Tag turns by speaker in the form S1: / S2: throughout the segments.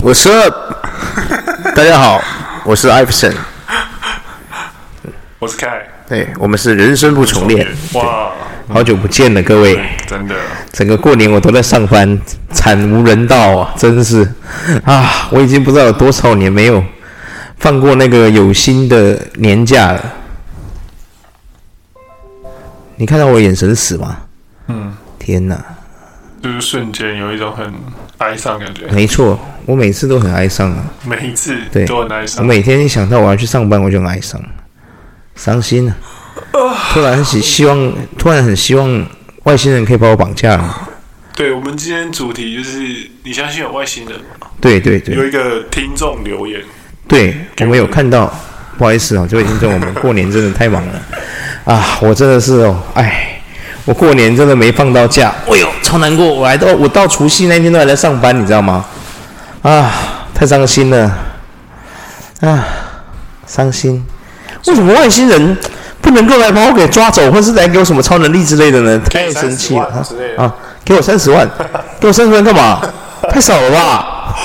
S1: 我是 大家好，我是艾弗森。
S2: 我是 K，
S1: 对，我们是人生不重练，
S2: 哇，
S1: 好久不见了各位。
S2: 真的，
S1: 整个过年我都在上班，惨无人道啊，真是啊！我已经不知道有多少年没有放过那个有薪的年假了。你看到我眼神死吗？
S2: 嗯，
S1: 天哪！
S2: 就是瞬间有一种很哀伤的感觉，
S1: 没错，我每次都很哀伤啊。
S2: 每一次
S1: 对
S2: 都很哀
S1: 我
S2: 伤。
S1: 每天一想到我要去上班，我就很哀伤，伤心啊！突然很希望，突然很希望外星人可以把我绑架了。
S2: 对我们今天主题就是你相信有外星人吗？
S1: 对对对，
S2: 有一个听众留言，
S1: 对，
S2: 我
S1: 我们有看到，不好意思啊，这位听众，我们过年真的太忙了啊，我真的是哦，哎，我过年真的没放到假，哎呦，超难过，我还到我到除夕那天都还在上班，你知道吗？啊，太伤心了，啊，伤心，为什么外星人不能够来把我给抓走，或是来给我什么超能力之类的呢？
S2: 给
S1: 太
S2: 你
S1: 生气了
S2: 30万之类
S1: 啊
S2: 的
S1: 啊！给我三十万，给我三十万干嘛？太少了吧？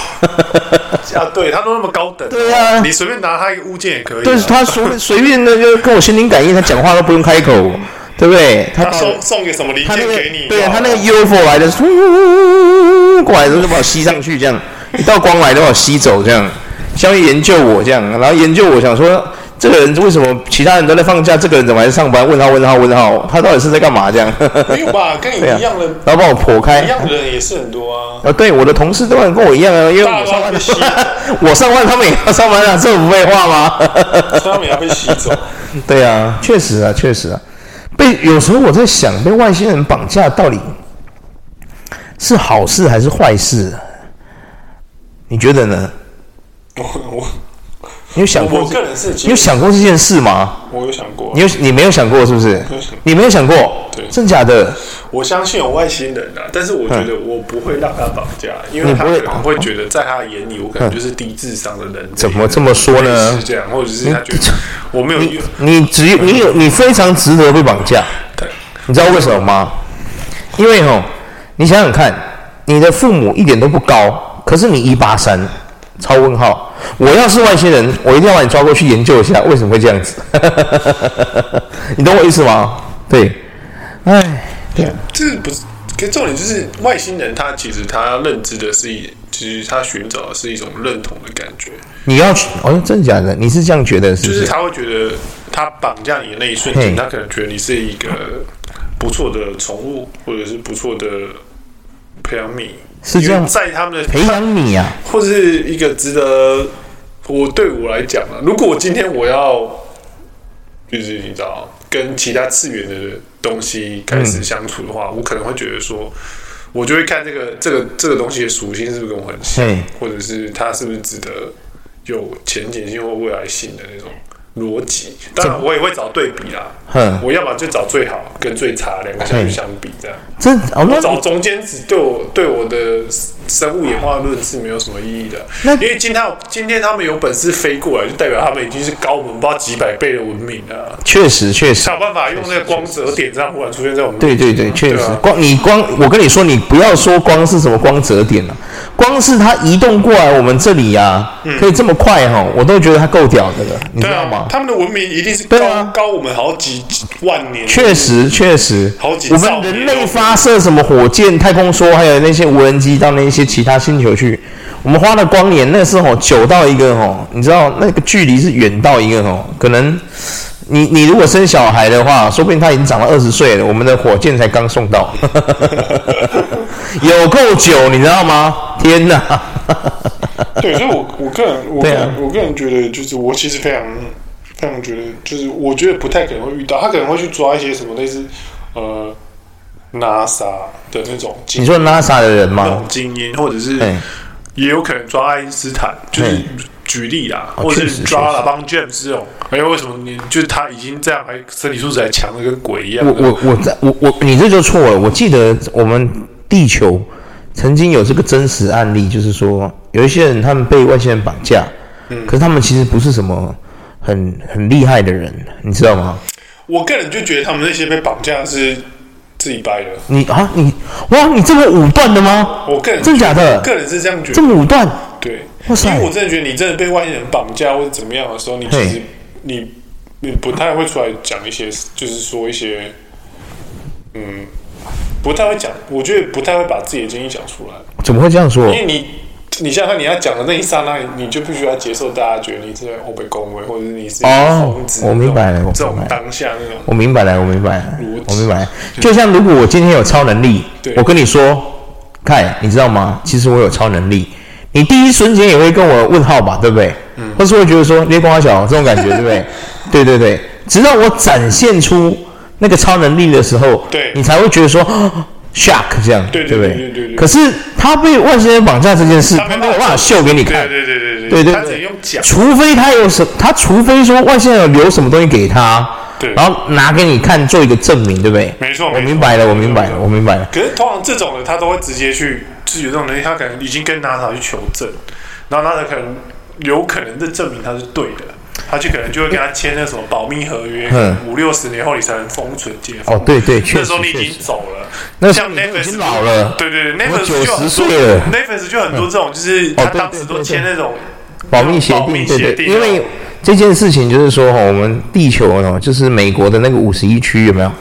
S2: 啊，对他都那么高等，
S1: 对啊
S2: 你随便拿他一个物件也可以啊，
S1: 对他随随便的就跟我心灵感应，他讲话都不用开口，对不对？他
S2: 他送送个什么零
S1: 他那
S2: 件
S1: 个
S2: 给你，
S1: 对
S2: 哇
S1: 他那个 UFO 来的，呜过来的时候就把我吸上去，这样一道光来都把我吸走，这样下面研究我这样，然后研究我想说。这个人为什么其他人都在放假，这个人怎么还在上班？问号问号问号，他到底是在干嘛？这样，
S2: 没有吧？跟你
S1: 对啊
S2: 一样的，
S1: 然后帮我剖开
S2: 一。样的人也是很多啊。
S1: 啊，对，我的同事都很跟我一样啊，因为
S2: 大
S1: 我
S2: 家
S1: 上
S2: 都
S1: 班
S2: 被吸走，
S1: 我上班，他们也要上班啊，这不废话吗？
S2: 所以他们也要被吸走。
S1: 对啊，确实啊，确实啊，被有时候我在想，被外星人绑架到底是好事还是坏事啊？你觉得呢？
S2: 我我
S1: 你有想
S2: 我
S1: 过
S2: 我
S1: 这？
S2: 个人是，
S1: 你有想过这件事吗？
S2: 我有想过啊
S1: 你，有你没有想过是不是
S2: 没有想过？
S1: 你没有想过
S2: 对，
S1: 真假的？
S2: 我相信有外星人啊，但是我觉得我不会让他绑架，因为
S1: 嗯你不
S2: 他
S1: 会
S2: 可能会觉得在他的眼里，我可能就是低智商的人。
S1: 怎么这么说呢
S2: 是？这样，或者是他觉得我没有用，
S1: 你只有你有你非常值得被绑架。
S2: 对
S1: 你知道为什么吗？因为吼，你想想看，你的父母一点都不高，可是你一八三，超问号。我要是外星人，我一定要把你抓过去研究一下，为什么会这样子？ 你懂我意思吗？对，哎，对，
S2: 这不是。可重点就是外星人，他其实他认知的是一，其实他寻找的是一种认同的感觉，
S1: 你要去，哦，真的假的？你是这样觉得是
S2: 就
S1: 不
S2: 是
S1: 是？
S2: 他会觉得他绑架你的那一瞬
S1: 嘿
S2: 间，他可能觉得你是一个不错的宠物，或者是不错的培养皿，
S1: 是这
S2: 因为
S1: 样
S2: 在他们的
S1: 培养你啊呀、
S2: 或是一个值得我对我来讲啊，如果我今天我要，就是你知道，跟其他次元的东西开始相处的话，
S1: 嗯
S2: 我可能会觉得说，我就会看这个这个这个东西的属性是不是跟我很像
S1: 嘿，
S2: 或者是它是不是值得有前景性或未来性的那种。逻辑，当然我也会找对比啦。
S1: 哼
S2: 我要么就找最好跟最差两个相去相比，这样。
S1: 真哦，那
S2: 找中间值对我对我的生物演化论是没有什么意义的，
S1: 那
S2: 因为今天今天他们有本事飞过来，就代表他们已经是高我们不知道几百倍的文明了，
S1: 确实确实
S2: 才有办法用那个光折点这样忽然出现在我们
S1: 对
S2: 面前
S1: 对对，确实
S2: 对啊，
S1: 光你光，我跟你说，你不要说光是什么光折点了、光是它移动过来我们这里呀、啊可以这么快哈、我都觉得它够屌的了，你知
S2: 对
S1: 道
S2: 啊
S1: 吗，？
S2: 他们的文明一定是
S1: 对
S2: 高、
S1: 啊
S2: 高我们好几万年，
S1: 确实确实
S2: 好几，
S1: 我
S2: 兆
S1: 们
S2: 年
S1: 人类发射什么火箭、太空梭，还有那些无人机到那些其他星球去，我们花了光年，那是吼久到一个吼，你知道那个距离是远到一个吼，可能。你你如果生小孩的话，说不定他已经长到二十岁了，我们的火箭才刚送到， 有够久，你知道吗？天哪！
S2: 对，所以我我个人我个
S1: 对
S2: 人、
S1: 啊
S2: 我个人觉得就是我其实非常非常觉得就是我觉得不太可能会遇到，他可能会去抓一些什么类似呃 NASA 的那种
S1: 你
S2: 经
S1: 说 NASA 的人
S2: 那
S1: 吗哎
S2: 种？精英，或者是
S1: 对
S2: 也有可能抓爱因斯坦，就是
S1: 对
S2: 举例啦，
S1: 哦
S2: 或者
S1: 确实
S2: 是抓
S1: 确实
S2: 了帮 James 这种。哎，为什么你就是他已经这样，还身体素质还强的跟鬼一样
S1: 我
S2: 的？
S1: 我我在我我你这就错了。我记得我们地球曾经有这个真实案例，就是说有一些人他们被外星人绑架，
S2: 嗯
S1: 可是他们其实不是什么很很厉害的人，你知道吗？
S2: 我个人就觉得他们那些被绑架是自己掰的。
S1: 你啊你哇你这么武断的吗？
S2: 我个人
S1: 真假的
S2: 个人是这样觉得。
S1: 这么武断？
S2: 对，
S1: 哇塞
S2: 因为我真的觉得你真的被外星人绑架或者怎么样的时候，你其实
S1: 嘿
S2: 你你不太会出来讲一些，就是说一些，嗯，不太会讲，我觉得不太会把自己的经历讲出来，
S1: 怎么会这样说？
S2: 因为你你想想看你要讲的那一刹那，你你就必须要接受大家觉得你是在欧北恭维，或者是你是
S1: 哦
S2: 疯子
S1: 我明白了我明白了
S2: 这种当下那种
S1: 我明白了，我明白了
S2: 逻辑，
S1: 我明白了。就像如果我今天有超能力
S2: 对，
S1: 我跟你说，看，你知道吗？其实我有超能力，你第一瞬间也会跟我问号吧，对不对？嗯。或是会觉得说，你光阿小这种感 觉，对不对？对对对，直到我展现出那个超能力的时候，
S2: 对
S1: 你才会觉得说 啊 shock 这样，
S2: 对
S1: 不
S2: 对对对对对
S1: 可是他被外星人绑架这件事，他没有办法秀给你看，
S2: 对对对对
S1: 对对
S2: 他只能用讲，
S1: 除非他有什，他除非说外星人有留什么东西给他，
S2: 对
S1: 然后拿给你看做一个证明，对不对？
S2: 没错
S1: 我
S2: 没错
S1: 明白了，我明白
S2: 没
S1: 了，
S2: 错
S1: 我明白了。
S2: 可是通常这种的，他都会直接去，就是有这种人，他可能已经跟 NASA 去求证，然后 NASA 可能有可能这证明他是对的，他就可能就会跟他签那什么保密合约
S1: 嗯，
S2: 五六十年后你才能封存解封。
S1: 哦，对对，确
S2: 那
S1: 实
S2: 时候你已
S1: 确
S2: 经
S1: 实，
S2: 走了，
S1: 那时候
S2: 像
S1: 你已
S2: Netflix
S1: 经老了，
S2: 对对对
S1: 我
S2: ，Netflix
S1: 九
S2: 就很
S1: 十
S2: 多
S1: 岁了，
S2: ，Netflix 就很多这种，就是他
S1: 哦对
S2: 当时
S1: 对
S2: 都
S1: 对
S2: 签
S1: 对
S2: 那种
S1: 保密协
S2: 保密
S1: 定，
S2: 协定
S1: 对对，
S2: 啊，
S1: 因为这件事情就是说，哈，我们地球哦，就是美国的那个五十一区有没有？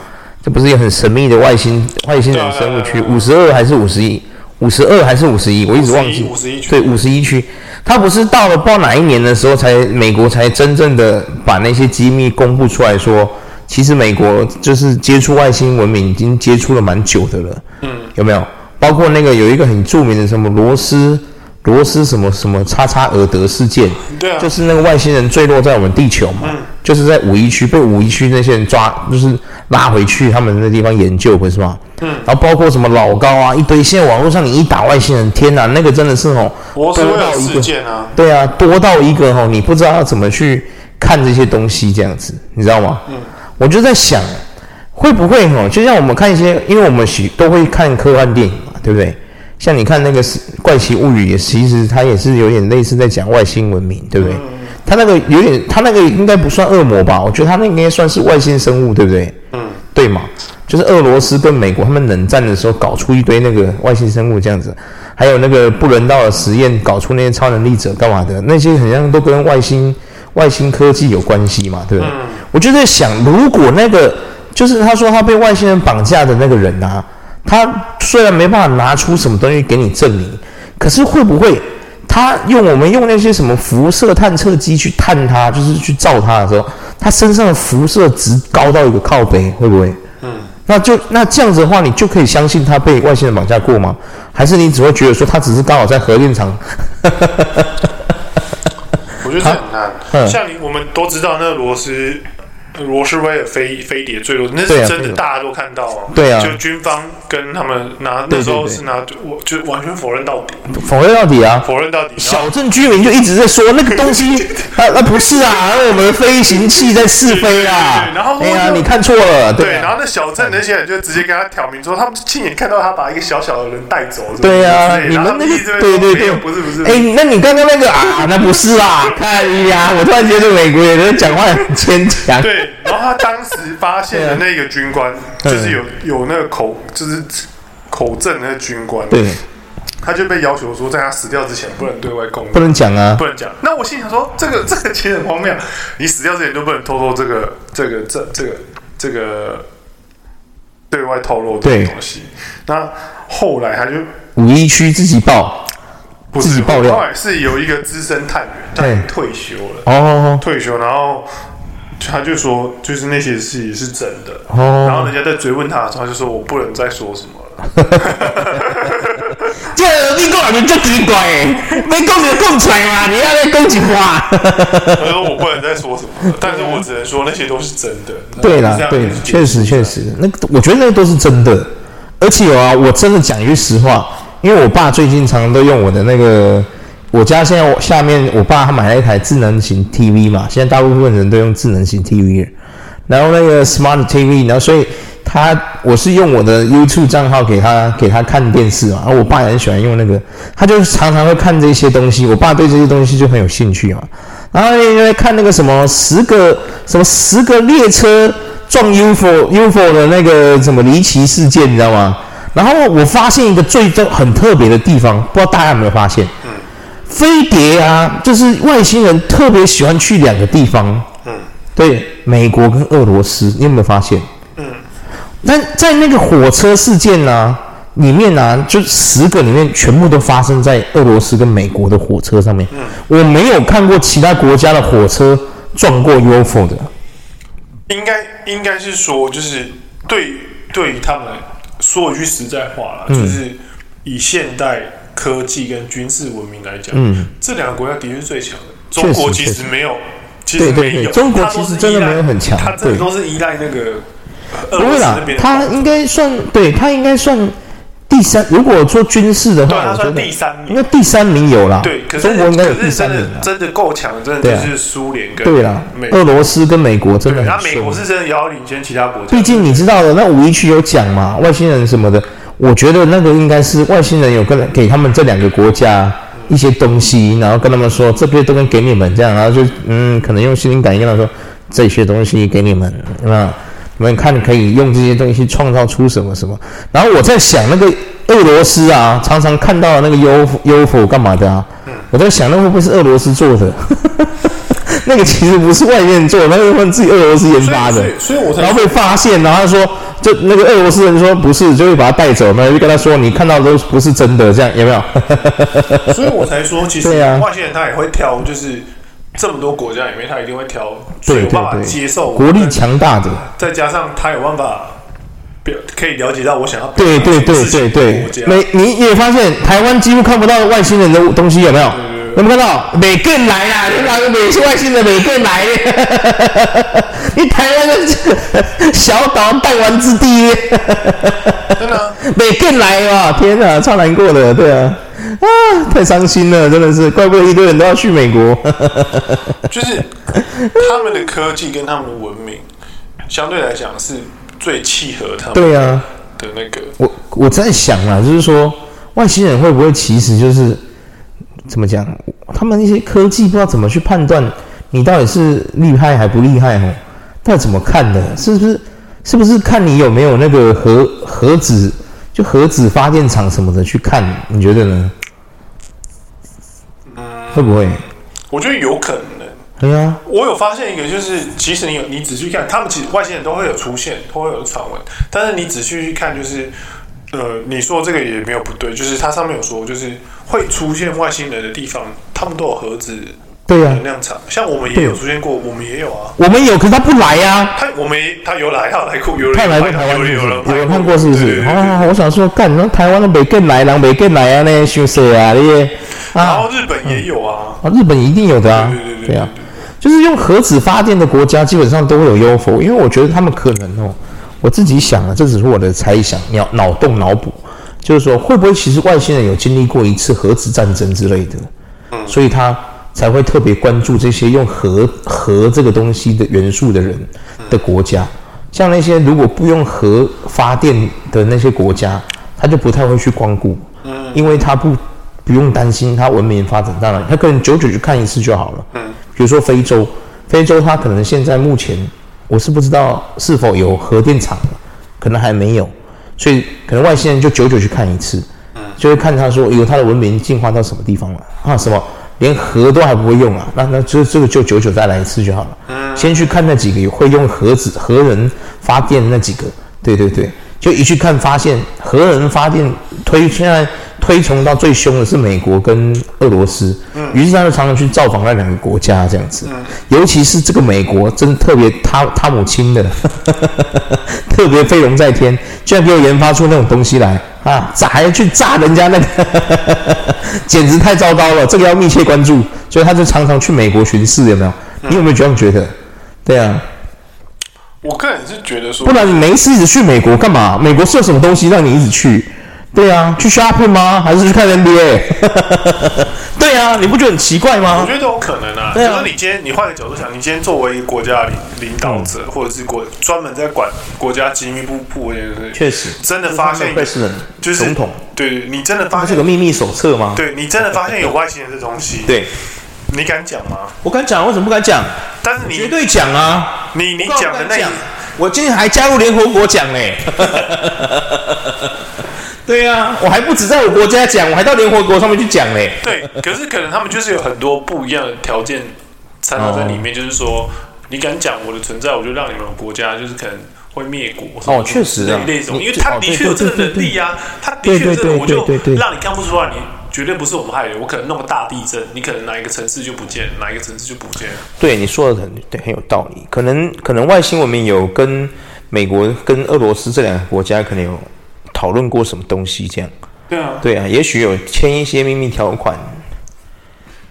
S1: 这不是有很神秘的外星外星人生物区？
S2: 对啊对啊对啊
S1: 五十二还是五十一？五十二还是五十一？我一直忘记。
S2: 51区
S1: 对，五十一区，他不是到了不知道哪一年的时候才，美国才真正的把那些机密公布出来说，其实美国就是接触外星文明已经接触了蛮久的了。嗯，有没有？包括那个有一个很著名的什么罗斯罗斯什么什么叉叉尔德事件，
S2: 对啊嗯
S1: 就是那个外星人坠落在我们地球嘛，就是在五一区被五一区那些人抓，就是拉回去他们那地方研究，不是吗？嗯，然后包括什么老高啊，一堆现在网络上你一打外星人，天哪，那个真的是哦，
S2: 博士
S1: 多
S2: 威
S1: 到
S2: 尔
S1: 一
S2: 事
S1: 个，
S2: 件啊，
S1: 对啊，多到一个哦，你不知道要怎么去看这些东西，这样子，你知道吗？嗯，我就在想，会不会哦，就像我们看一些，因为我们喜都会看科幻电影嘛，对不对？像你看那个是《怪奇物语》，也其实它也是有点类似在讲外星文明，对不对？它那个有点，它那个应该不算恶魔吧？我觉得它那个应该算是外星生物，对不对？嗯，对嘛？就是俄罗斯跟美国他们冷战的时候搞出一堆那个外星生物这样子，还有那个不人道的实验搞出那些超能力者干嘛的，那些好像都跟外星外星科技有关系嘛，对不对？我就在想，如果那个就是他说他被外星人绑架的那个人啊，他虽然没办法拿出什么东西给你证明，可是会不会他用我们用那些什么辐射探测机去探他，就是去照他的时候，他身上的辐射值高到一个靠背，会不会？
S2: 嗯
S1: 那就那这样子的话，你就可以相信他被外星人绑架过吗？还是你只会觉得说他只是刚好在核电厂？
S2: 我觉得这很
S1: 嗯
S2: 难。像你，我们都知道那个罗斯罗斯威尔飞飞碟坠落，那
S1: 对
S2: 是
S1: 啊
S2: 真的，
S1: 对啊
S2: 大家都看到啊。
S1: 对啊
S2: 就军方跟他们拿
S1: 对
S2: 那时候
S1: 对对
S2: 是拿，我就完全否认到底，
S1: 否认到底啊！
S2: 否认到底。然后
S1: 小镇居民就一直在说那个 东西，啊那不是啊，那我们的飞行器在试飞啊
S2: 对对对对然后！
S1: 哎呀，
S2: 就
S1: 你看错了，
S2: 对，
S1: 对
S2: 然
S1: 啊，
S2: 后那小镇那些人就直接跟他挑明说，他们亲眼看到他把一个小小的人带走。是不是
S1: 对啊，
S2: 之类
S1: 你
S2: 然后
S1: 们
S2: 他
S1: 那
S2: 一直在
S1: 个
S2: 说
S1: 对对
S2: 没
S1: 对
S2: 有，不是不是，
S1: 哎，那你刚刚那个啊，那不是啊， 看呀，我突然觉得美国人讲话很牵强，
S2: 对，然后他当时发现
S1: 啊
S2: 的那个军官，就是有有那个口，就是口证的那个军官，
S1: 对，
S2: 他就被要求说，在他死掉之前不能对外公布
S1: 不。能讲啊，
S2: 不能讲。那我心想说，这个 这个其实很荒谬，你死掉之前都不能透露这个这个这这个这个对外透露这
S1: 对
S2: 个东西。那后来他就
S1: 五一区自己报
S2: 不
S1: 自
S2: 是
S1: 己爆料
S2: 后来是有一个资深探员，他已经退休了，
S1: 哦
S2: 退休，然后他就说，就是那些事情是真的。然
S1: 哦，
S2: 后人家在追问他的时候，他就说我不能再说什么了。
S1: 这你讲人就奇怪诶，没讲就讲出来嘛，你要再讲一话。
S2: 他说我不能再说什么了，但是我只能说那些都是真的。
S1: 对
S2: 这
S1: 啦，
S2: 样
S1: 对
S2: 就，是
S1: 确实确实，那个我觉得那个都是真的。而且有啊，我真的讲一句实话，因为我爸最近常常都用我的那个，我家现在我下面我爸他买了一台智能型 TV 嘛，现在大部分人都用智能型 TV 了然后那个 Smart TV，然后所以他我是用我的 YouTube 账号给他给他看电视嘛，然后我爸也很喜欢用那个，他就常常会看这些东西，我爸对这些东西就很有兴趣嘛，然后因为看那个什么十个什么十个列车撞 UFO UFO 的那个什么离奇事件，你知道吗？然后我发现一个最最很特别的地方，不知道大家有没有发现？飞碟啊，就是外星人特别喜欢去两个地方，嗯，对，美国跟俄罗斯，你有没有发现？嗯，但在那个火车事件呢、里面呢、就十个里面全部都发生在俄罗斯跟美国的火车上
S2: 嗯
S1: 面。我没有看过其他国家的火车撞过 UFO 的，
S2: 应该应该是说，就是对对于他们说一句实在话啦，
S1: 嗯
S2: 就是以现代科技跟军事文明来讲，嗯，这两个国家的确是最强的。中国其
S1: 确
S2: 实
S1: 实
S2: 没有，其实
S1: 对对
S2: 没有，
S1: 对中国
S2: 它都
S1: 其实
S2: 是
S1: 真的
S2: 依赖
S1: 没有很强
S2: 它真的
S1: 对
S2: 都是依赖那个俄
S1: 不
S2: 罗
S1: 会
S2: 斯
S1: 啦
S2: 那边，的
S1: 他应该算对他应该算第三。如果做军事的
S2: 对
S1: 话，
S2: 它
S1: 我觉
S2: 算
S1: 得
S2: 第三名
S1: 应该第三名有啦。
S2: 对，可是
S1: 中国应该有
S2: 可
S1: 第
S2: 是
S1: 三
S2: 真
S1: 名
S2: 的
S1: 啦。
S2: 真的够强，真
S1: 对
S2: 的
S1: 啊
S2: 就是苏联跟
S1: 对啦，
S2: 美
S1: 俄罗斯跟美国真的
S2: 对，那
S1: 很
S2: 美
S1: 凶
S2: 国。是真的遥遥领先其他国家。
S1: 毕竟你知道的，那五一区有讲嘛，外星人什么的，我觉得那个应该是外星人有跟给他们这两个国家一些东西，然后跟他们说这些东西给你们这样，然后就嗯，可能用心灵感应跟他说这些东西给你们，那你们看可以用这些东西创造出什么什么。然后我在想那个俄罗斯啊，常常看到那个 UFO UFO 干嘛的啊，我在想那会不会是俄罗斯做的？ 那个其实不是外面做的，那个是他们自己俄罗斯研
S2: 所
S1: 发
S2: 以
S1: 的
S2: 所以。所以我才
S1: 然后被发现，然后他说，就那个俄罗斯人说不是，就会把他带走，那就跟他说你看到的都不是真的，这样有 没有？
S2: 所以我才说，其实
S1: 对啊
S2: 外星人他也会挑，就是这么多国家里面，他一定会挑最
S1: 对
S2: 有
S1: 对
S2: 办法
S1: 对，
S2: 接受我
S1: 国力
S2: 跟
S1: 强大的，
S2: 再加上他有办法表可以了解到我想要表
S1: 对
S2: 达
S1: 对对
S2: 事情的
S1: 对对
S2: 国家，
S1: 每你也发现台湾几乎看不到外星人的东西，有没有？有没有看到？每个人来啦，你哪个每是外星人？每个人来， 你台湾的小岛弹丸之地，
S2: 真的啊、
S1: 每个人来哇！天哪，超难过的，对啊，啊，太伤心了，真的是，怪不得一堆人都要去美国。
S2: 就是 他们的科技跟他们的文明相对来讲是最契合他们
S1: 对啊，
S2: 的那个。
S1: 我我在想啊，就是说外星人会不会其实就是怎么讲，他们那些科技不知道怎么去判断你到底是厉害还不厉害哦，到底怎么看的？是不是是不是看你有没有那个核核子就核子发电厂什么的去看？你觉得呢？会不会？
S2: 我觉得有可能的。
S1: 对啊，
S2: 我有发现一个，就是其实你有你仔细看，他们其实外星人都会有出现，都会有传闻，但是你仔细去看，就是呃，你说这个也没有不对，就是它上面有说，就是会出现外星人的地方，他们都有核子
S1: 对啊
S2: 能，量场，像我们也有出现过，我们也有啊。
S1: 我们有，可是他不来呀、啊。
S2: 他我们也他有来，他有来过，有人
S1: 他有来过
S2: 有
S1: 台湾
S2: 有
S1: 是
S2: 人有
S1: 不是
S2: 人？
S1: 有
S2: 来
S1: 人看过是不
S2: 对对
S1: 是？
S2: 对对
S1: 啊，我想说，干，那台湾都没更来，人没更来啊，那羞涩啊，那些
S2: 然
S1: 啊，
S2: 后日本也有啊，
S1: 啊日本一定有的啊
S2: 对对对，对
S1: 对啊，就是用核子发电的国家基本上都会有 UFO，因为我觉得他们可能哦，我自己想啊，这只是我的猜想，脑脑洞脑补，就是说会不会其实外星人有经历过一次核子战争之类的，所以他才会特别关注这些用核核这个东西的元素的人的国家。像那些如果不用核发电的那些国家，他就不太会去光顾，因为他不不用担心他文明发展到哪里，他可能久久去看一次就好了。比如说非洲，非洲它可能现在目前我是不知道是否有核电厂了，可能还没有，所以可能外星人就久久去看一次。就会看他说，有他的文明进化到什么地方了啊？什么连核都还不会用啊？那那这这个就久久再来一次就好了。先去看那几个有会用核子核能发电那几个，对对对，就一去看发现核能发电推现在推崇到最凶的是美国跟俄罗斯，于是他就常常去造访那两个国家这样子，尤其是这个美国真的特别他他母亲的。 特别飞龙在天，居然给我研发出那种东西来啊！咋还去炸人家那个， 简直太糟糕了！这个要密切关注，所以他就常常去美国巡视，有没有？你有没有这样觉得？对啊，
S2: 我个人是觉得说
S1: 不，然你没事一直去美国干嘛？美国是有什么东西让你一直去？对啊，去 shopping 吗？还是去看 NBA？对 啊，你不觉得很奇怪
S2: 我
S1: 吗？
S2: 觉得都有可能啊。就
S1: 对啊
S2: 是你今天你换个角度想，你今天作为一个国家的领领导
S1: 嗯
S2: 者，或者是国专门在管国家机密部部委的人，
S1: 确实
S2: 真的发现
S1: 会是人，
S2: 就是
S1: 总统，
S2: 对你真的发
S1: 这
S2: 现
S1: 个，秘密手册吗？
S2: 对你真的发现有外星人的东西，，
S1: 对，
S2: 你敢讲吗？
S1: 我敢讲，为什么不敢讲？
S2: 但是
S1: 绝
S2: 你
S1: 对讲啊！
S2: 你你
S1: 我
S2: 讲的那一
S1: 讲，我今天还加入联合国奖嘞。对呀、我还不止在我国家讲，我还到联合国上面去讲嘞。
S2: 对，可是可能他们就是有很多不一样的条件掺
S1: 哦
S2: 杂在里面，就是说你敢讲我的存在，我就让你们国家就是可能。会灭国什么
S1: 哦确实啊
S2: 那一类什么，
S1: 你
S2: 因为他
S1: 哦
S2: 的
S1: 对
S2: 确有这
S1: 对
S2: 个
S1: 对
S2: 能力呀、啊，他的
S1: 对
S2: 确有这个，
S1: 对
S2: 我
S1: 对
S2: 就
S1: 对对
S2: 让你看不出来，你绝对不是我们害的。我可能弄个大地震，你可能哪一个城市就不见，哪一个城市就不见了。
S1: 对你说的很对，很有道理。可能可能外星文明有跟美国跟俄罗斯这两个国家可能有讨论过什么东西这样。
S2: 对啊，
S1: 对啊，也许有签一些秘密条款。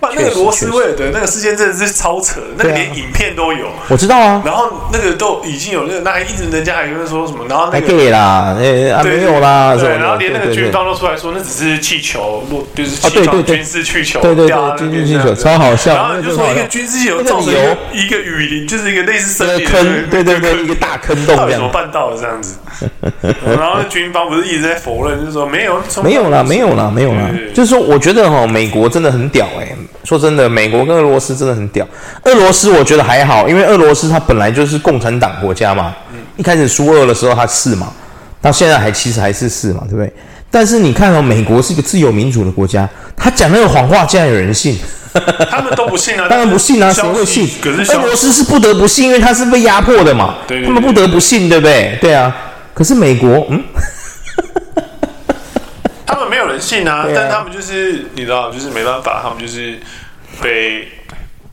S2: 哇，那个
S1: 确实
S2: 罗斯
S1: 确实
S2: 威尔德那个事件真的是超扯，那个
S1: 对啊
S2: 连影片都有。
S1: 我知道啊，
S2: 然后那个都已经有那个，那还一直人家还会说什么，然后那
S1: 还
S2: 个
S1: gay 啦，呃啊
S2: 对
S1: 没有啦，什
S2: 对，
S1: 么的
S2: 然后连那个
S1: 对对
S2: 军
S1: 对
S2: 方都出来说那只是气球落，就是
S1: 啊
S2: 气
S1: 对
S2: 球
S1: 对对
S2: 军事气球
S1: 对对对
S2: 掉到那边
S1: 军事气球
S2: 这样子
S1: 超好笑
S2: 然后你就说
S1: 那个真的好
S2: 一
S1: 笑
S2: 个军事气球
S1: 那个
S2: 造成一个
S1: 理由
S2: 一个雨林，就是一个类似森
S1: 那
S2: 林
S1: 个
S2: 的
S1: 坑，对对
S2: 一个
S1: 对，
S2: 坑
S1: 一个大坑洞
S2: 到
S1: 这
S2: 底怎么
S1: 样。
S2: 办到的这样子？哦然后那军方不是一直在否认，就说没有，从
S1: 没有啦，没有啦，没有啦
S2: 对对。对
S1: 就是说，我觉得哈，美国真的很屌哎、说真的，美国跟俄罗斯真的很屌。俄罗斯我觉得还好，因为俄罗斯它本来就是共产党国家嘛，一开始苏俄的时候它是嘛，到现在还其实还是是嘛，对不对？但是你看哦，美国是一个自由民主的国家，他讲那个谎话竟然有人信，
S2: 他们都不信啊，
S1: 当然不信啊，谁
S2: 呃消息
S1: 会信？
S2: 可是
S1: 俄
S2: 消
S1: 罗
S2: 息
S1: 斯是不得不信，因为他是被压迫的嘛，
S2: 对对对
S1: 他们不得不信，对不对？对啊。可是美国，嗯，
S2: 他们没有人信啊，
S1: 对啊
S2: 但他们就是你知道，就是没办法，他们就是被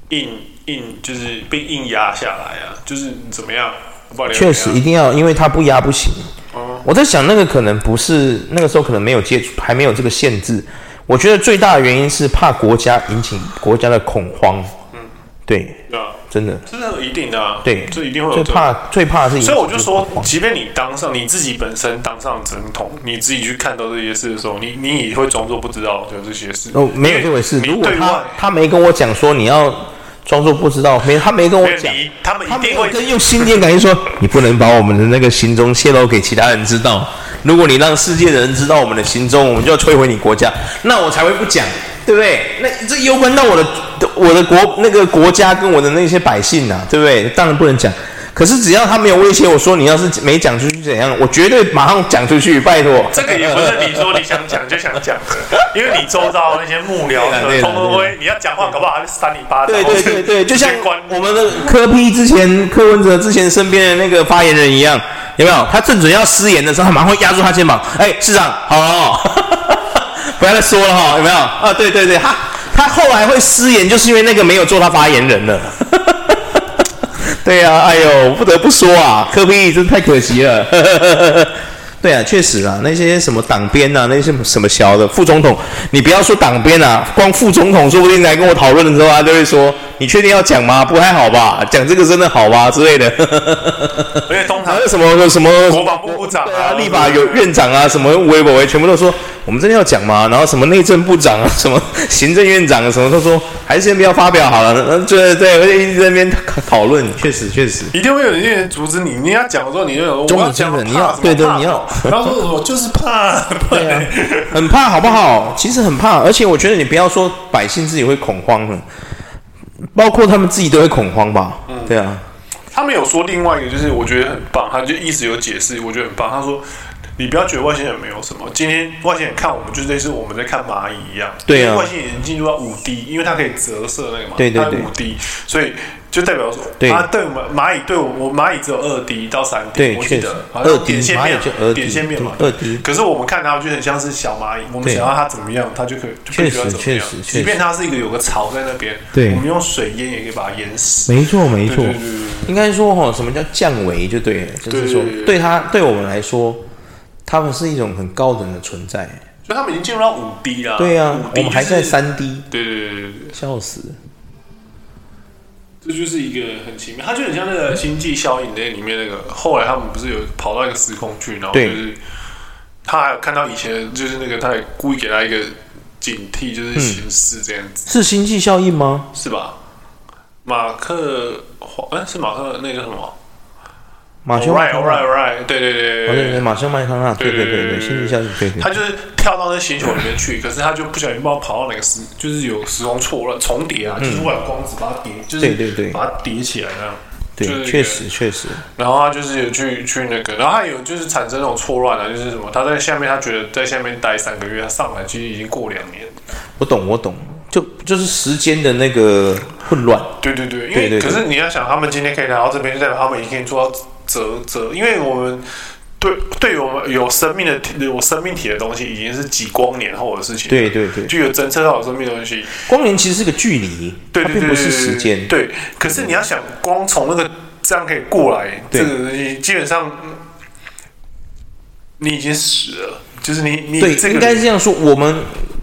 S2: 硬硬就是被硬压下来啊，就是怎么样，我不知道你
S1: 确实
S2: 怎么
S1: 一
S2: 样
S1: 定要，因为他不压不行。
S2: 哦
S1: 我在想，那个可能不是那个时候可能没有接触，还没有这个限制。我觉得最大的原因是怕国家引起国家的恐慌。
S2: 嗯
S1: 对，
S2: 对啊，
S1: 真的，
S2: 这是一定的啊，
S1: 对，
S2: 这一定会有
S1: 最
S2: 这种。
S1: 怕最怕是引起
S2: 所以我就说
S1: 恐慌，
S2: 即便你当上你自己本身当上总统，你自己去看到这些事的时候，你你也会装作不知道有这些事。
S1: 哦，没有这回事。
S2: 因为
S1: 如
S2: 你
S1: 果
S2: 对
S1: 他
S2: 外，
S1: 他没跟我讲说你要装作不知道，没他没跟我
S2: 没有
S1: 讲，
S2: 你他们
S1: 他
S2: 一
S1: 没
S2: 定
S1: 有
S2: 会
S1: 跟用心电感 应说，你不能把我们的那个行踪泄露给其他人知道。如果你让世界的人知道我们的行踪，我们就要摧毁你国家，那我才会不讲，对不对？那这攸关到我的我的国那个国家跟我的那些百姓呐、啊，对不对？当然不能讲。可是只要他没有威胁我说你要是没讲出去怎样，我绝对马上讲出去，拜托。
S2: 这个也不是你说你想讲就想讲的，因为你周遭那些幕僚
S1: 对啦对
S2: 的
S1: 啦
S2: 通通会，你要讲话搞不好还是扇你巴掌。
S1: 对对对对，就像
S2: 直接关
S1: 我们的柯批之前柯文哲之前身边的那个发言人一样，有没有？他正准要失言的时候，他马上会压住他肩膀，哎，市长，好 了、哦，不要再说了哈、有没有？啊，对对对，他他后来会失言，就是因为那个没有做他发言人 了。对呀、啊，哎呦，不得不说啊，柯批真太可惜了。对啊，确实啊，那些什么党鞭啊，那些什么小的副总统，你不要说党鞭啊，光副总统说不定来跟我讨论的时候，他就会说：“你确定要讲吗？不太好吧？讲这个真的好吗？”之类的。
S2: 而且通常
S1: 还有什么什么
S2: 国防部部长
S1: 对
S2: 啊
S1: 啊，，立法有院长啊，什么微博全部都说我们真的要讲吗？然后什么内政部长啊， 什么行政院长啊，什么都说还是先不要发表好了。嗯，对对，我就一直在那边讨论，确实确实。
S2: 一定会有人愿意阻止你。你要讲的时候，你就有
S1: 中
S2: 我
S1: 国
S2: 要讲
S1: 真的
S2: 我
S1: 你要
S2: 怕什么
S1: 对对
S2: 怕
S1: 你要
S2: 什么然后说我就是怕，不
S1: 对啊
S2: 然，
S1: 很怕好不好？其实很怕，而且我觉得你不要说百姓自己会恐慌了，包括他们自己都会恐慌吧？
S2: 嗯
S1: 对啊，
S2: 他们有说另外一个，就是我觉得很棒，他就一直有解释，我觉得很棒。他说。你不要觉得外星人没有什么，今天外星人看我们就类似我们在看蚂蚁一样。
S1: 对啊
S2: 因为外星人已经进入到五 D，因为它可以折射那个嘛，
S1: 对对对
S2: 五 D，所以就代表说，
S1: 对
S2: 它对我们蚂蚁对我我蚂蚁只有二 D 到三 D，
S1: 对
S2: 我记
S1: 确实
S2: 得好像
S1: 2D
S2: 点线面啊
S1: 蚂蚁就 2D
S2: 点线面嘛，
S1: 对 2D
S2: 可是我们看它就很像是小蚂蚁，我们
S1: 对
S2: 想要它怎么样，它就可以就必须要
S1: 确实
S2: 怎么样
S1: 确实。确实
S2: 即便它是一个有个槽在那边，
S1: 对
S2: 我们用水淹也可以把它淹死。
S1: 没错没
S2: 对
S1: 错
S2: 对对对。
S1: 应该说哈，什么叫降维就对了，就是说
S2: 对对对
S1: 对他对我们来说，他们是一种很高等的存在。
S2: 所以他们已经进入到五 D 啦。
S1: 对啊，
S2: 5D
S1: 我们还在
S2: 啊就是。
S1: 三 D，
S2: 对对对对对，
S1: 笑死。
S2: 这就是一个很奇妙，它就很像那个《星际效应》那里面那个，后来他们不是有跑到一个时空去，然后就
S1: 对
S2: 是他还有看到以前就是那个，他还故意给他一个警惕，
S1: 嗯
S2: 就是形式这样子，
S1: 是星际效应吗？
S2: 是吧？马克华，哎、是马克那个叫什么
S1: 马修麦
S2: ？Right,
S1: 康纳，
S2: right, right，对对对
S1: 哦
S2: 对
S1: 对
S2: 对
S1: 对，马修麦康纳，对对对对，
S2: 对对对
S1: 星际效应，对对
S2: 嗯他。就是跳到那星球里面去，可是他就不小心不知道跑到哪个时，就是有时空错乱重叠啊，就是外有光子把它叠，就是
S1: 嗯对对对
S2: 把它叠起来那样。就是
S1: 对，
S2: 一个
S1: 确实确实，
S2: 然后他就是有去去那个，然后他有就是产生那种错乱啊，就是什么他在下面他觉得在下面待三个月，他上来其实已经过两年。
S1: 我懂我懂，就就是时间的那个混乱，
S2: 对对对，因
S1: 对
S2: 为
S1: 对对
S2: 可是你要想，他们今天可以来到这边，就代表他们已经做到折折，因为我们对对我们有生命的有生命体的东西，已经是几光年后的事情。
S1: 对对对，
S2: 就有侦测到有生命的东西，
S1: 光年其实是个距离，
S2: 对
S1: 它
S2: 对对，
S1: 并不是时间，
S2: 对，可是你要想，光从那个这样可以过来，
S1: 对
S2: 这个东西基本上嗯你已经死了，就是你你
S1: 对，
S2: 这个
S1: 应该是这样说。我们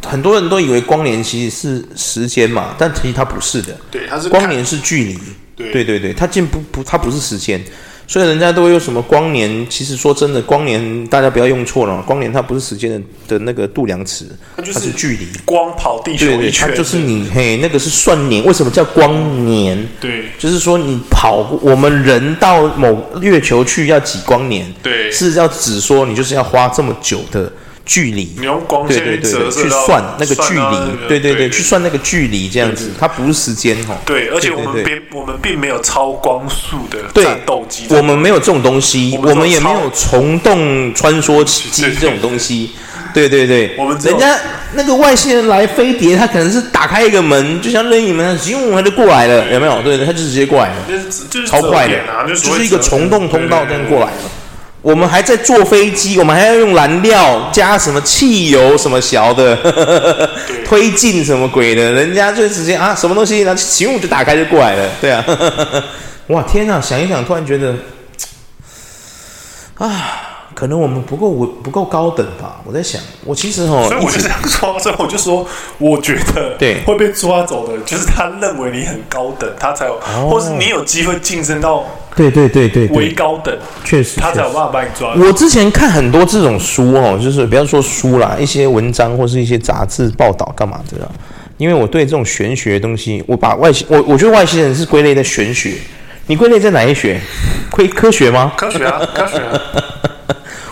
S1: 很多人都以为光年其实是时间嘛，但其实它不是的。
S2: 对，它是
S1: 光
S2: 看
S1: 年是距离。
S2: 对
S1: 对对对它竟不不，它不是时间，所以人家都会用什么光年。其实说真的，光年大家不要用错了，光年它不是时间的的那个度量尺，
S2: 它就是
S1: 它是距离。
S2: 光跑地球
S1: 对对，
S2: 一
S1: 它
S2: 圈，
S1: 就是你嘿，那个是算年。为什么叫光年？
S2: 对
S1: 就是说你跑过，我们人到某月球去要几光年？
S2: 对
S1: 是要只说你就是要花这么久的距离。
S2: 你用光
S1: 对
S2: 线
S1: 对对
S2: 折
S1: 对，
S2: 射
S1: 去
S2: 到
S1: 算那个距
S2: 到
S1: 离
S2: 那，个
S1: 对对
S2: 对
S1: 对，去算那个距离这样子，它不是时间哦。
S2: 对，而且我们
S1: 对对
S2: 并我们并没有超光速的
S1: 对
S2: 战斗机，
S1: 我们没有这种东西，
S2: 我们
S1: 我们也
S2: 都超
S1: 没有虫洞穿梭机
S2: 对对
S1: 这种东西。对对对，
S2: 我们只有
S1: 人家那个外星人来飞碟，他可能是打开一个门，就像任意门，咻，他就过来了，有没有？对，他就直接过来了。
S2: 就是就是
S1: 超
S2: 折
S1: 快的
S2: 叠啊，，就是所
S1: 就
S2: 谓
S1: 是一个
S2: 折
S1: 虫洞通道这样过来
S2: 对对对对
S1: 了。我们还在坐飞机，我们还要用燃料加什么汽油什么小的， 推进什么鬼的，人家就直接啊什么东西，然后起雾就打开就过来了，对啊，哇天哪，想一想，突然觉得啊，可能我们不够我不够高等吧，我在想，我其实哦
S2: 所以
S1: 一
S2: 我就
S1: 直
S2: 这样说，所以我就说，我觉得
S1: 对
S2: 会被抓走的，就是他认为你很高等，他才有，或是你有机会晋升到
S1: 对对对哦对
S2: 为
S1: 对，
S2: 高等，
S1: 确实
S2: 他
S1: 确
S2: 才
S1: 实
S2: 有办法把你抓。
S1: 我之前看很多这种书哦，就是不要说书啦，一些文章或是一些杂志报道干嘛的啊，因为我对这种玄学的东西，我把外星，我我觉得外星人是归类在玄学，你归类在哪一学？归科学吗？
S2: 科学啊， 科学啊，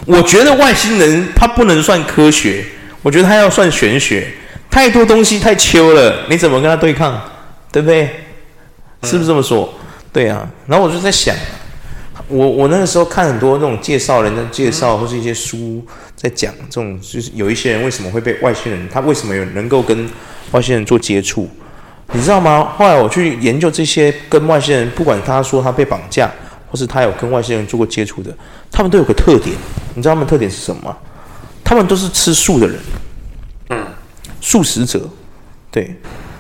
S1: 我觉得外星人他不能算科学，我觉得他要算玄学，太多东西太秋了，你怎么跟他对抗？对不对？是不是这么说？对啊。然后我就在想，我我那个时候看很多那种介绍人的介绍，或是一些书在讲这种，就是有一些人为什么会被外星人，他为什么有能够跟外星人做接触？你知道吗？后来我去研究这些跟外星人，不管他说他被绑架，或是他有跟外星人做过接触的，他们都有个特点，你知道他们特点是什么吗？他们都是吃素的人，嗯，素食者，对，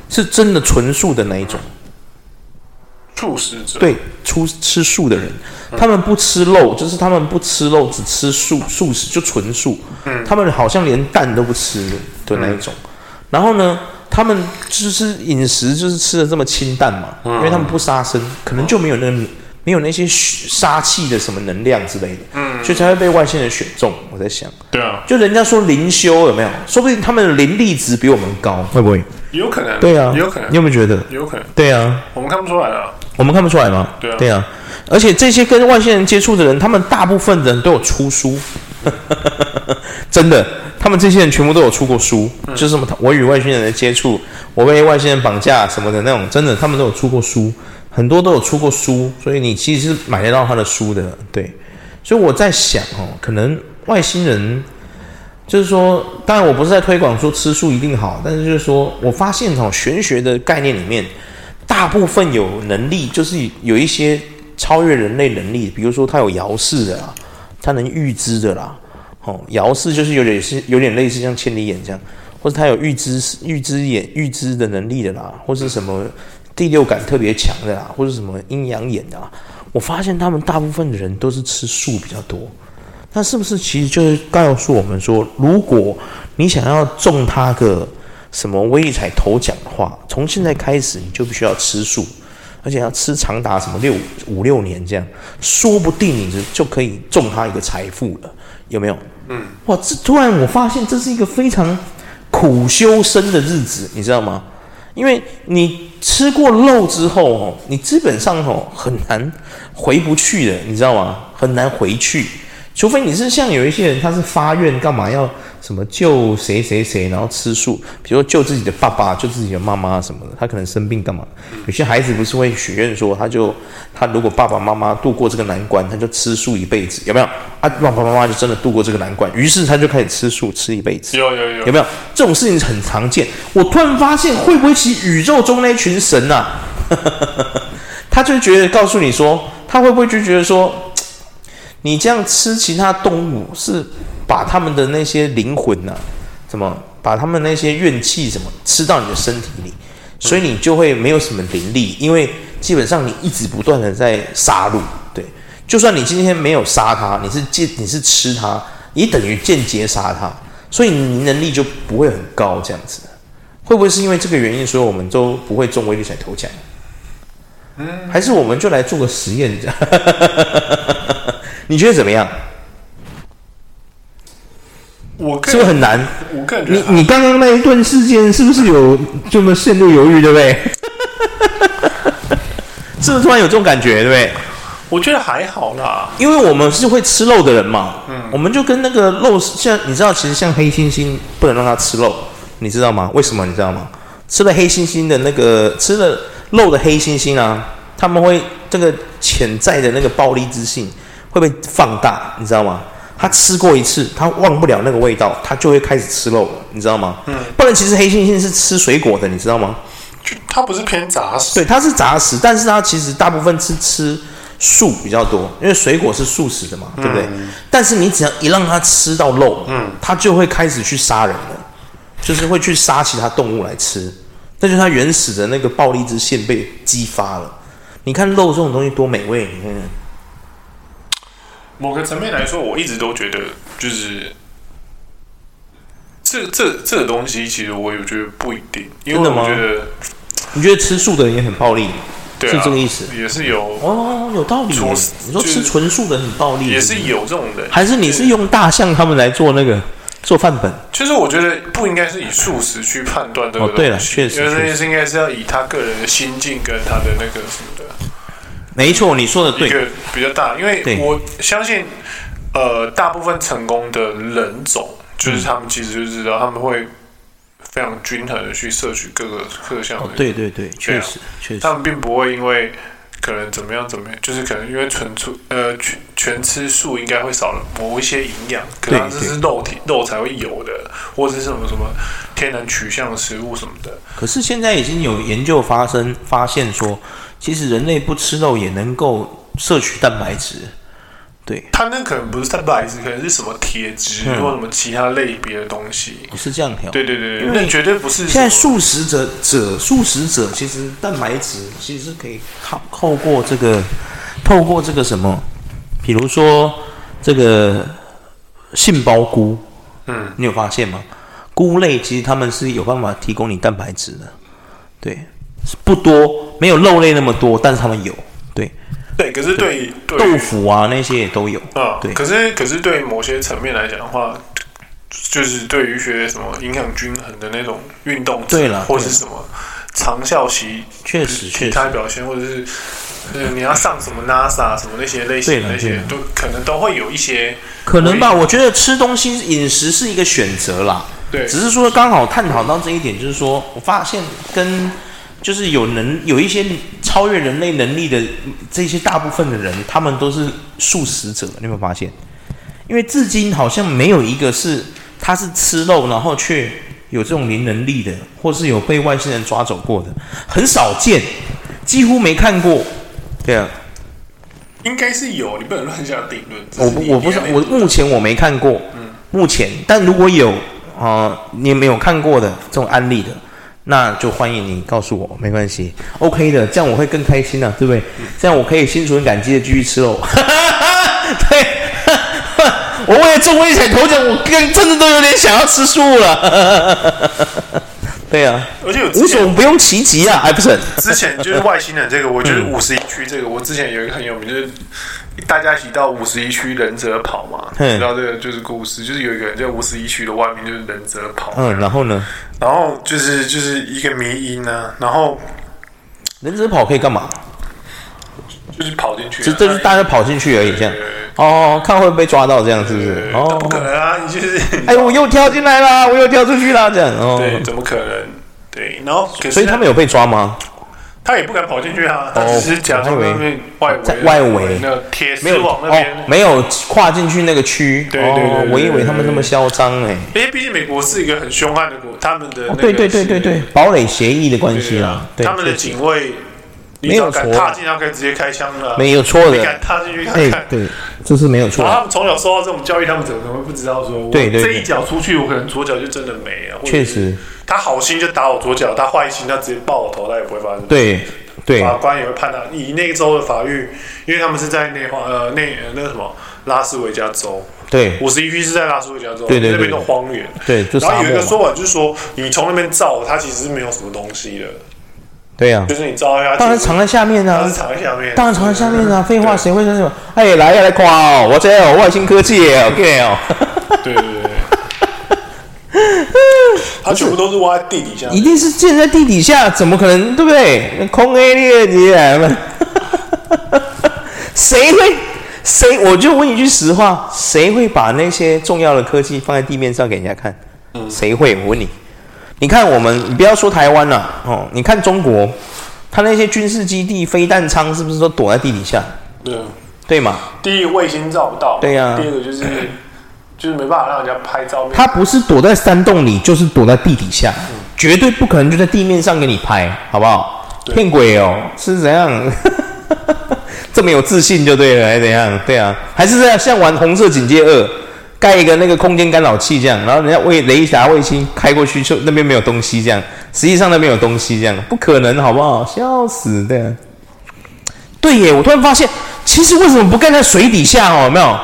S1: 是真的纯素的那一种，
S2: 素食者，
S1: 对，出吃素的人，他们不吃肉，就是他们不吃肉，只吃素素食，就纯素。
S2: 嗯
S1: 他们好像连蛋都不吃的那一种。然后呢，他们就是饮食就是吃的这么清淡嘛，
S2: 嗯
S1: 因为他们不杀生，可能就没有那没有那些杀气的什么能量之类的，
S2: 嗯
S1: 所以才会被外星人选中。我在想，
S2: 对啊，
S1: 就人家说灵修有没有？说不定他们的灵力值比我们高，会不会？
S2: 也有可能，
S1: 对啊，
S2: 也有可能，
S1: 你有没有觉得？
S2: 也有可能，
S1: 对啊，
S2: 我们看不出来啊，
S1: 我们看不出来吗？
S2: 对啊
S1: 而且这些跟外星人接触的人，他们大部分人都有出书， 真的，他们这些人全部都有出过书，
S2: 嗯
S1: 就是什么我与外星人的接触，我被外星人绑架什么的那种，真的，他们都有出过书，很多都有出过书，所以你其实是买得到他的书的，对。所以我在想哦，可能外星人就是说，当然我不是在推广说吃素一定好，但是就是说我发现哦，玄学的概念里面，大部分有能力，就是有一些超越人类能力，比如说他有遥视的啦，他能预知的啦，哦，遥视就是有点是有点类似像千里眼这样，或者他有预知预知眼预知的能力的啦，或是什么第六感特别强的啦，或是什么阴阳眼的啦，我发现他们大部分的人都是吃素比较多。那是不是其实就是告诉我们说，如果你想要中他个什么威力彩头奖的话，从现在开始你就必须要吃素，而且要吃长达什么六五六年这样，说不定你就就可以中他一个财富了，有没有？嗯，哇，这突然我发现这是一个非常苦修身的日子，你知道吗？因为你吃过肉之后哦，你基本上哦很难回不去的，你知道吗？很难回去。除非你是像有一些人，他是发愿干嘛要什么救谁谁谁，然后吃素，比如说救自己的爸爸、救自己的妈妈什么的，他可能生病干嘛？有些孩子不是会许愿说，他就他如果爸爸妈妈度过这个难关，他就吃素一辈子，有没有？啊，爸爸妈妈就真的度过这个难关，于是他就开始吃素吃一辈子。
S2: 有有有
S1: 有没有这种事情很常见？我突然发现，会不会其实宇宙中那群神呐、 他就觉得告诉你说，他会不会就觉得说，你这样吃其他动物是把他们的那些灵魂呐、怎么把他们那些怨气什么吃到你的身体里，所以你就会没有什么灵力，因为基本上你一直不断的在杀戮，对，就算你今天没有杀它，你是间你是吃它，你等于间接杀它，所以你能力就不会很高，这样子，会不会是因为这个原因，所以我们都不会中威力彩头奖？还是我们就来做个实验，你觉得怎么样？
S2: 我个
S1: 是不是
S2: 人
S1: 很难？
S2: 我个人觉
S1: 你
S2: 得
S1: 你刚刚那一段事件是不是有这么陷入犹豫，对不对？ 是不是突然有这种感觉，对不对？
S2: 我觉得还好啦。
S1: 因为我们是会吃肉的人嘛，嗯，我们就跟那个肉，像你知道，其实像黑猩猩不能让它吃肉，你知道吗？为什么你知道吗？吃了黑猩猩的那个吃了肉的黑猩猩啊，他们会这个潜在的那个暴力之性会被放大，你知道吗？他吃过一次，他忘不了那个味道，他就会开始吃肉了，你知道吗？嗯，不然其实黑猩猩是吃水果的，你知道吗？
S2: 就它不是偏杂食，
S1: 对，它是杂食，但是它其实大部分是吃素比较多，因为水果是素食的嘛，对不对？
S2: 嗯
S1: 但是你只要一让它吃到肉，嗯，它就会开始去杀人了，就是会去杀其他动物来吃，那就是它原始的那个暴力之线被激发了。你看肉这种东西多美味，你看看
S2: 某个层面来说，我一直都觉得就是这这这个东西，其实我也觉得不一定，因
S1: 真
S2: 为
S1: 的吗
S2: 我觉得
S1: 你觉得吃素的人也很暴力？
S2: 对、啊、
S1: 是这个意思
S2: 也是有
S1: 哦，有道理耶。
S2: 纯素
S1: 你说吃纯素的很暴力，
S2: 也是有这种人，
S1: 还是你是用大象他们来做那个做范本？
S2: 就是我觉得不应该是以素食去判断这个
S1: 哦对了
S2: 东西
S1: 确实
S2: 因为这
S1: 确
S2: 件事应该是要以他个人的心境跟他的那个什么的。
S1: 没错，你说的
S2: 一
S1: 对，
S2: 个比较大，因
S1: 对
S2: 为我相信，呃，大部分成功的人种，
S1: 嗯
S2: 就是他们其实就知道他们会非常均衡的去摄取各个各项的，
S1: 哦对对对，确
S2: 对啊
S1: 实确实。
S2: 他们并不会因为可能怎么样怎么样，就是可能因为纯素呃全全吃素应该会少了某一些营养，可能它
S1: 对
S2: 这
S1: 对
S2: 是肉体肉才会有的，或者是什么什么天然取向的食物什么的，
S1: 可是现在已经有研究发生发现说，其实人类不吃肉也能够摄取蛋白质。对，
S2: 它那可能不是蛋白质，可能是什么铁质
S1: 嗯
S2: 或什么其他类别的东西。
S1: 是这样调。
S2: 对对对，
S1: 因
S2: 对
S1: 为
S2: 那绝对不是
S1: 嗯现在
S2: 什么
S1: 素食者者素食者其实蛋白质其实是可以靠透过这个透过这个什么，比如说这个杏鲍菇，
S2: 嗯，
S1: 你有发现吗？菇类其实他们是有办法提供你蛋白质的，对，是不多，没有肉类那么多，但是他们有，对，
S2: 对，可是对于对
S1: 豆
S2: 于
S1: 腐啊那些也都有，
S2: 啊
S1: 对，
S2: 可是可是对于某些层面来讲的话，就是对于一些什么营养均衡的那种运动，
S1: 对啦
S2: 或
S1: 对
S2: 是什么长效期
S1: 确实确
S2: 其
S1: 实
S2: 他表现，或者是呃你要上什么 NASA 什么那些类
S1: 对
S2: 型
S1: 啦
S2: 那
S1: 对
S2: 些
S1: 啦，
S2: 都可能都会有一些
S1: 可能吧。我觉得吃东西饮食是一个选择啦，
S2: 对
S1: 只是说刚好探讨到这一点，就是说我发现跟就是有能有一些超越人类能力的这些大部分的人，他们都是素食者，你有没有发现？因为至今好像没有一个是他是吃肉，然后却有这种灵能力的，或是有被外星人抓走过的，很少见，几乎没看过。对啊，
S2: 应该是有，你不能乱下定论。只
S1: 我
S2: 是
S1: 不
S2: 你
S1: 我不是
S2: 你
S1: 我目前我没看过，目前，但如果有啊、呃你没有看过的这种案例的，那就欢迎你告诉我，没关系，OK 的，这样我会更开心啊，对不对？这样我可以心存感激的继续吃肉。 对， 我为了中威彩头奖，我更真的都有点想要吃素了。 对啊，
S2: 而且有之
S1: 无
S2: 前
S1: 所不用其极啊，哎，不是，
S2: 之前就是外星人这个，我觉得
S1: 嗯
S2: 五十一区这个，我之前有一个很有名，就是大家一起到五十一区忍者跑嘛，
S1: 嗯
S2: 你知道这个就是故事，就是有一个人在五十一区的外面就是忍者跑，
S1: 嗯，然后呢，
S2: 然后就是就是一个迷因呢、啊，然后
S1: 人只跑可以干嘛？
S2: 就是跑进去啊、
S1: 这这是大家跑进去而已，这样
S2: 对对对
S1: 哦，看会不会被抓到，这样是不是
S2: 对？
S1: 哦
S2: 不，可能啊！你就是
S1: 哎，我又跳进来啦，我又跳出去啦，这样哦。
S2: 对，怎么可能？对，然后可是
S1: 所以他们有被抓吗？
S2: 他也不敢跑进去啊，他
S1: 哦
S2: 只是假装
S1: 我还
S2: 在
S1: 以为
S2: 那边外围
S1: 在外围
S2: 那个铁
S1: 没
S2: 丝
S1: 有
S2: 网那
S1: 哦
S2: 边，，
S1: 没有跨进去那个区。
S2: 对对对对
S1: 哦，
S2: 对
S1: 我以为他们那么嚣张哎。
S2: 因为毕竟美国是一个很凶悍的国，他们的那个
S1: 哦对对对对对，堡垒协议的关
S2: 是
S1: 系啦，对，
S2: 他们的
S1: 确实
S2: 警卫，你
S1: 没
S2: 只
S1: 有
S2: 要敢
S1: 错
S2: 踏进，他可以直接开枪的啊，
S1: 没有错
S2: 你
S1: 的
S2: 敢。踏进去看
S1: 哎
S2: 看，。
S1: 对，这是没有错
S2: 然后他
S1: 的，
S2: 们从小受到这种教育，他们怎么可能会不知道说，我
S1: 对对
S2: 这
S1: 对
S2: 一脚出去，我可能左脚就真的没了。或者
S1: 确实，
S2: 他好心就打我左脚，他坏心他直接爆我头，他也不会发生。，
S1: 对对
S2: 法官也会判他。以那州的法律，因为他们是在内华呃内呃那个什么拉斯维加州，
S1: 对
S2: 五十一区是在拉斯维加州，
S1: 对对对
S2: 那边都荒原。
S1: 对，就
S2: 然
S1: 沙
S2: 后有一
S1: 漠
S2: 个
S1: 嘛，
S2: 说法就是说，你从那边照，它其实是没有什么东西的，
S1: 对呀
S2: 就，是你照一下，
S1: 当然
S2: 其实
S1: 藏在下面
S2: 它
S1: 啊
S2: 是。藏在下面，
S1: 当然藏在下面啊，废话，
S2: 对
S1: 谁会说什么？哎，来呀，来夸哦，我这有外星科技耶，OK 哦，
S2: 对对对对， 它全部都是挖在地底下，
S1: 一定是建在地底下，怎么可能？对不对？空 A 列你来嘛， 谁会？谁？我就问一句实话，谁会把那些重要的科技放在地面上给人家看？谁会？我问你，你看我们，你不要说台湾了、哦，你看中国，他那些军事基地、飞弹舱是不是都躲在地底下？
S2: 对。
S1: 对吗？
S2: 第一个卫星照不到，
S1: 对啊呀
S2: 第二个就是 就是没办法让人家拍照片，
S1: 他不是躲在山洞里，就是躲在地底下，绝对不可能就在地面上给你拍，好不好？
S2: 对
S1: 骗鬼哦，是怎样？ 这么有自信就对了，还怎样？对啊，还是这样，像玩《红色警戒二》，盖一个那个空间干扰器这样，然后人家卫雷达卫星开过去，就那边没有东西这样，实际上那边有东西这样，不可能，好不好？笑死的。对耶，我突然发现，其实为什么不盖在水底下哦？有没有？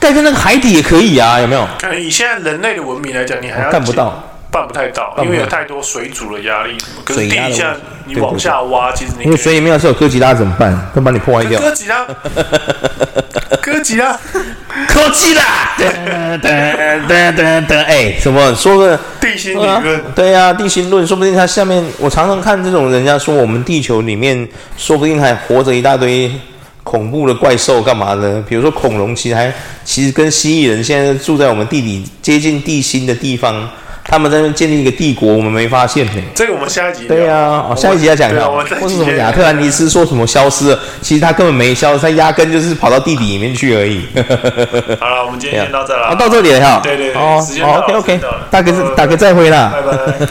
S1: 盖在那个海底也可以啊？有没有？
S2: 可能以现在人类的文明来讲，你还要
S1: 我干不到
S2: 解，办不太到，
S1: 办不到
S2: 因为有太多水阻的压力什么。可是
S1: 水
S2: 地
S1: 压的
S2: 底下
S1: 问题
S2: 你
S1: 对
S2: 往
S1: 对
S2: 下挖，其实你
S1: 因为
S2: 可
S1: 水
S2: 以。
S1: 里面要是有哥吉拉怎么办？会把你破坏 掉。
S2: 哥吉拉，哥吉拉，
S1: 科技啦！噔噔噔噔噔，哎，什么说个
S2: 地心理
S1: 对啊
S2: 论，
S1: 对呀、地心论，说不定它下面，我常常看这种人家说我们地球里面，说不定还活着一大堆恐怖的怪兽干嘛的，比如说恐龙，其实还其实跟蜥蜴人现在住在我们地底接近地心的地方，他们在那边建立一个帝国，我们没发现呢、
S2: 这个我们下一集聊。
S1: 对啊，
S2: 我
S1: 哦，下一集要讲
S2: 对啊
S1: 到
S2: 我们下一，集
S1: 或是什么
S2: 再
S1: 亚
S2: 聊
S1: 特兰蒂斯说什么消失了，其实他根本没消失，他压根就是跑到地底里面去而已。
S2: 好了，我们今天先到这了
S1: 啊
S2: 啊
S1: 哦，。到这里了哈。
S2: 对对对
S1: 哦
S2: 时间到了呃
S1: ，OK
S2: 时间
S1: OK，
S2: 到了
S1: 大哥
S2: 拜拜
S1: 大哥再会啦。
S2: 拜拜。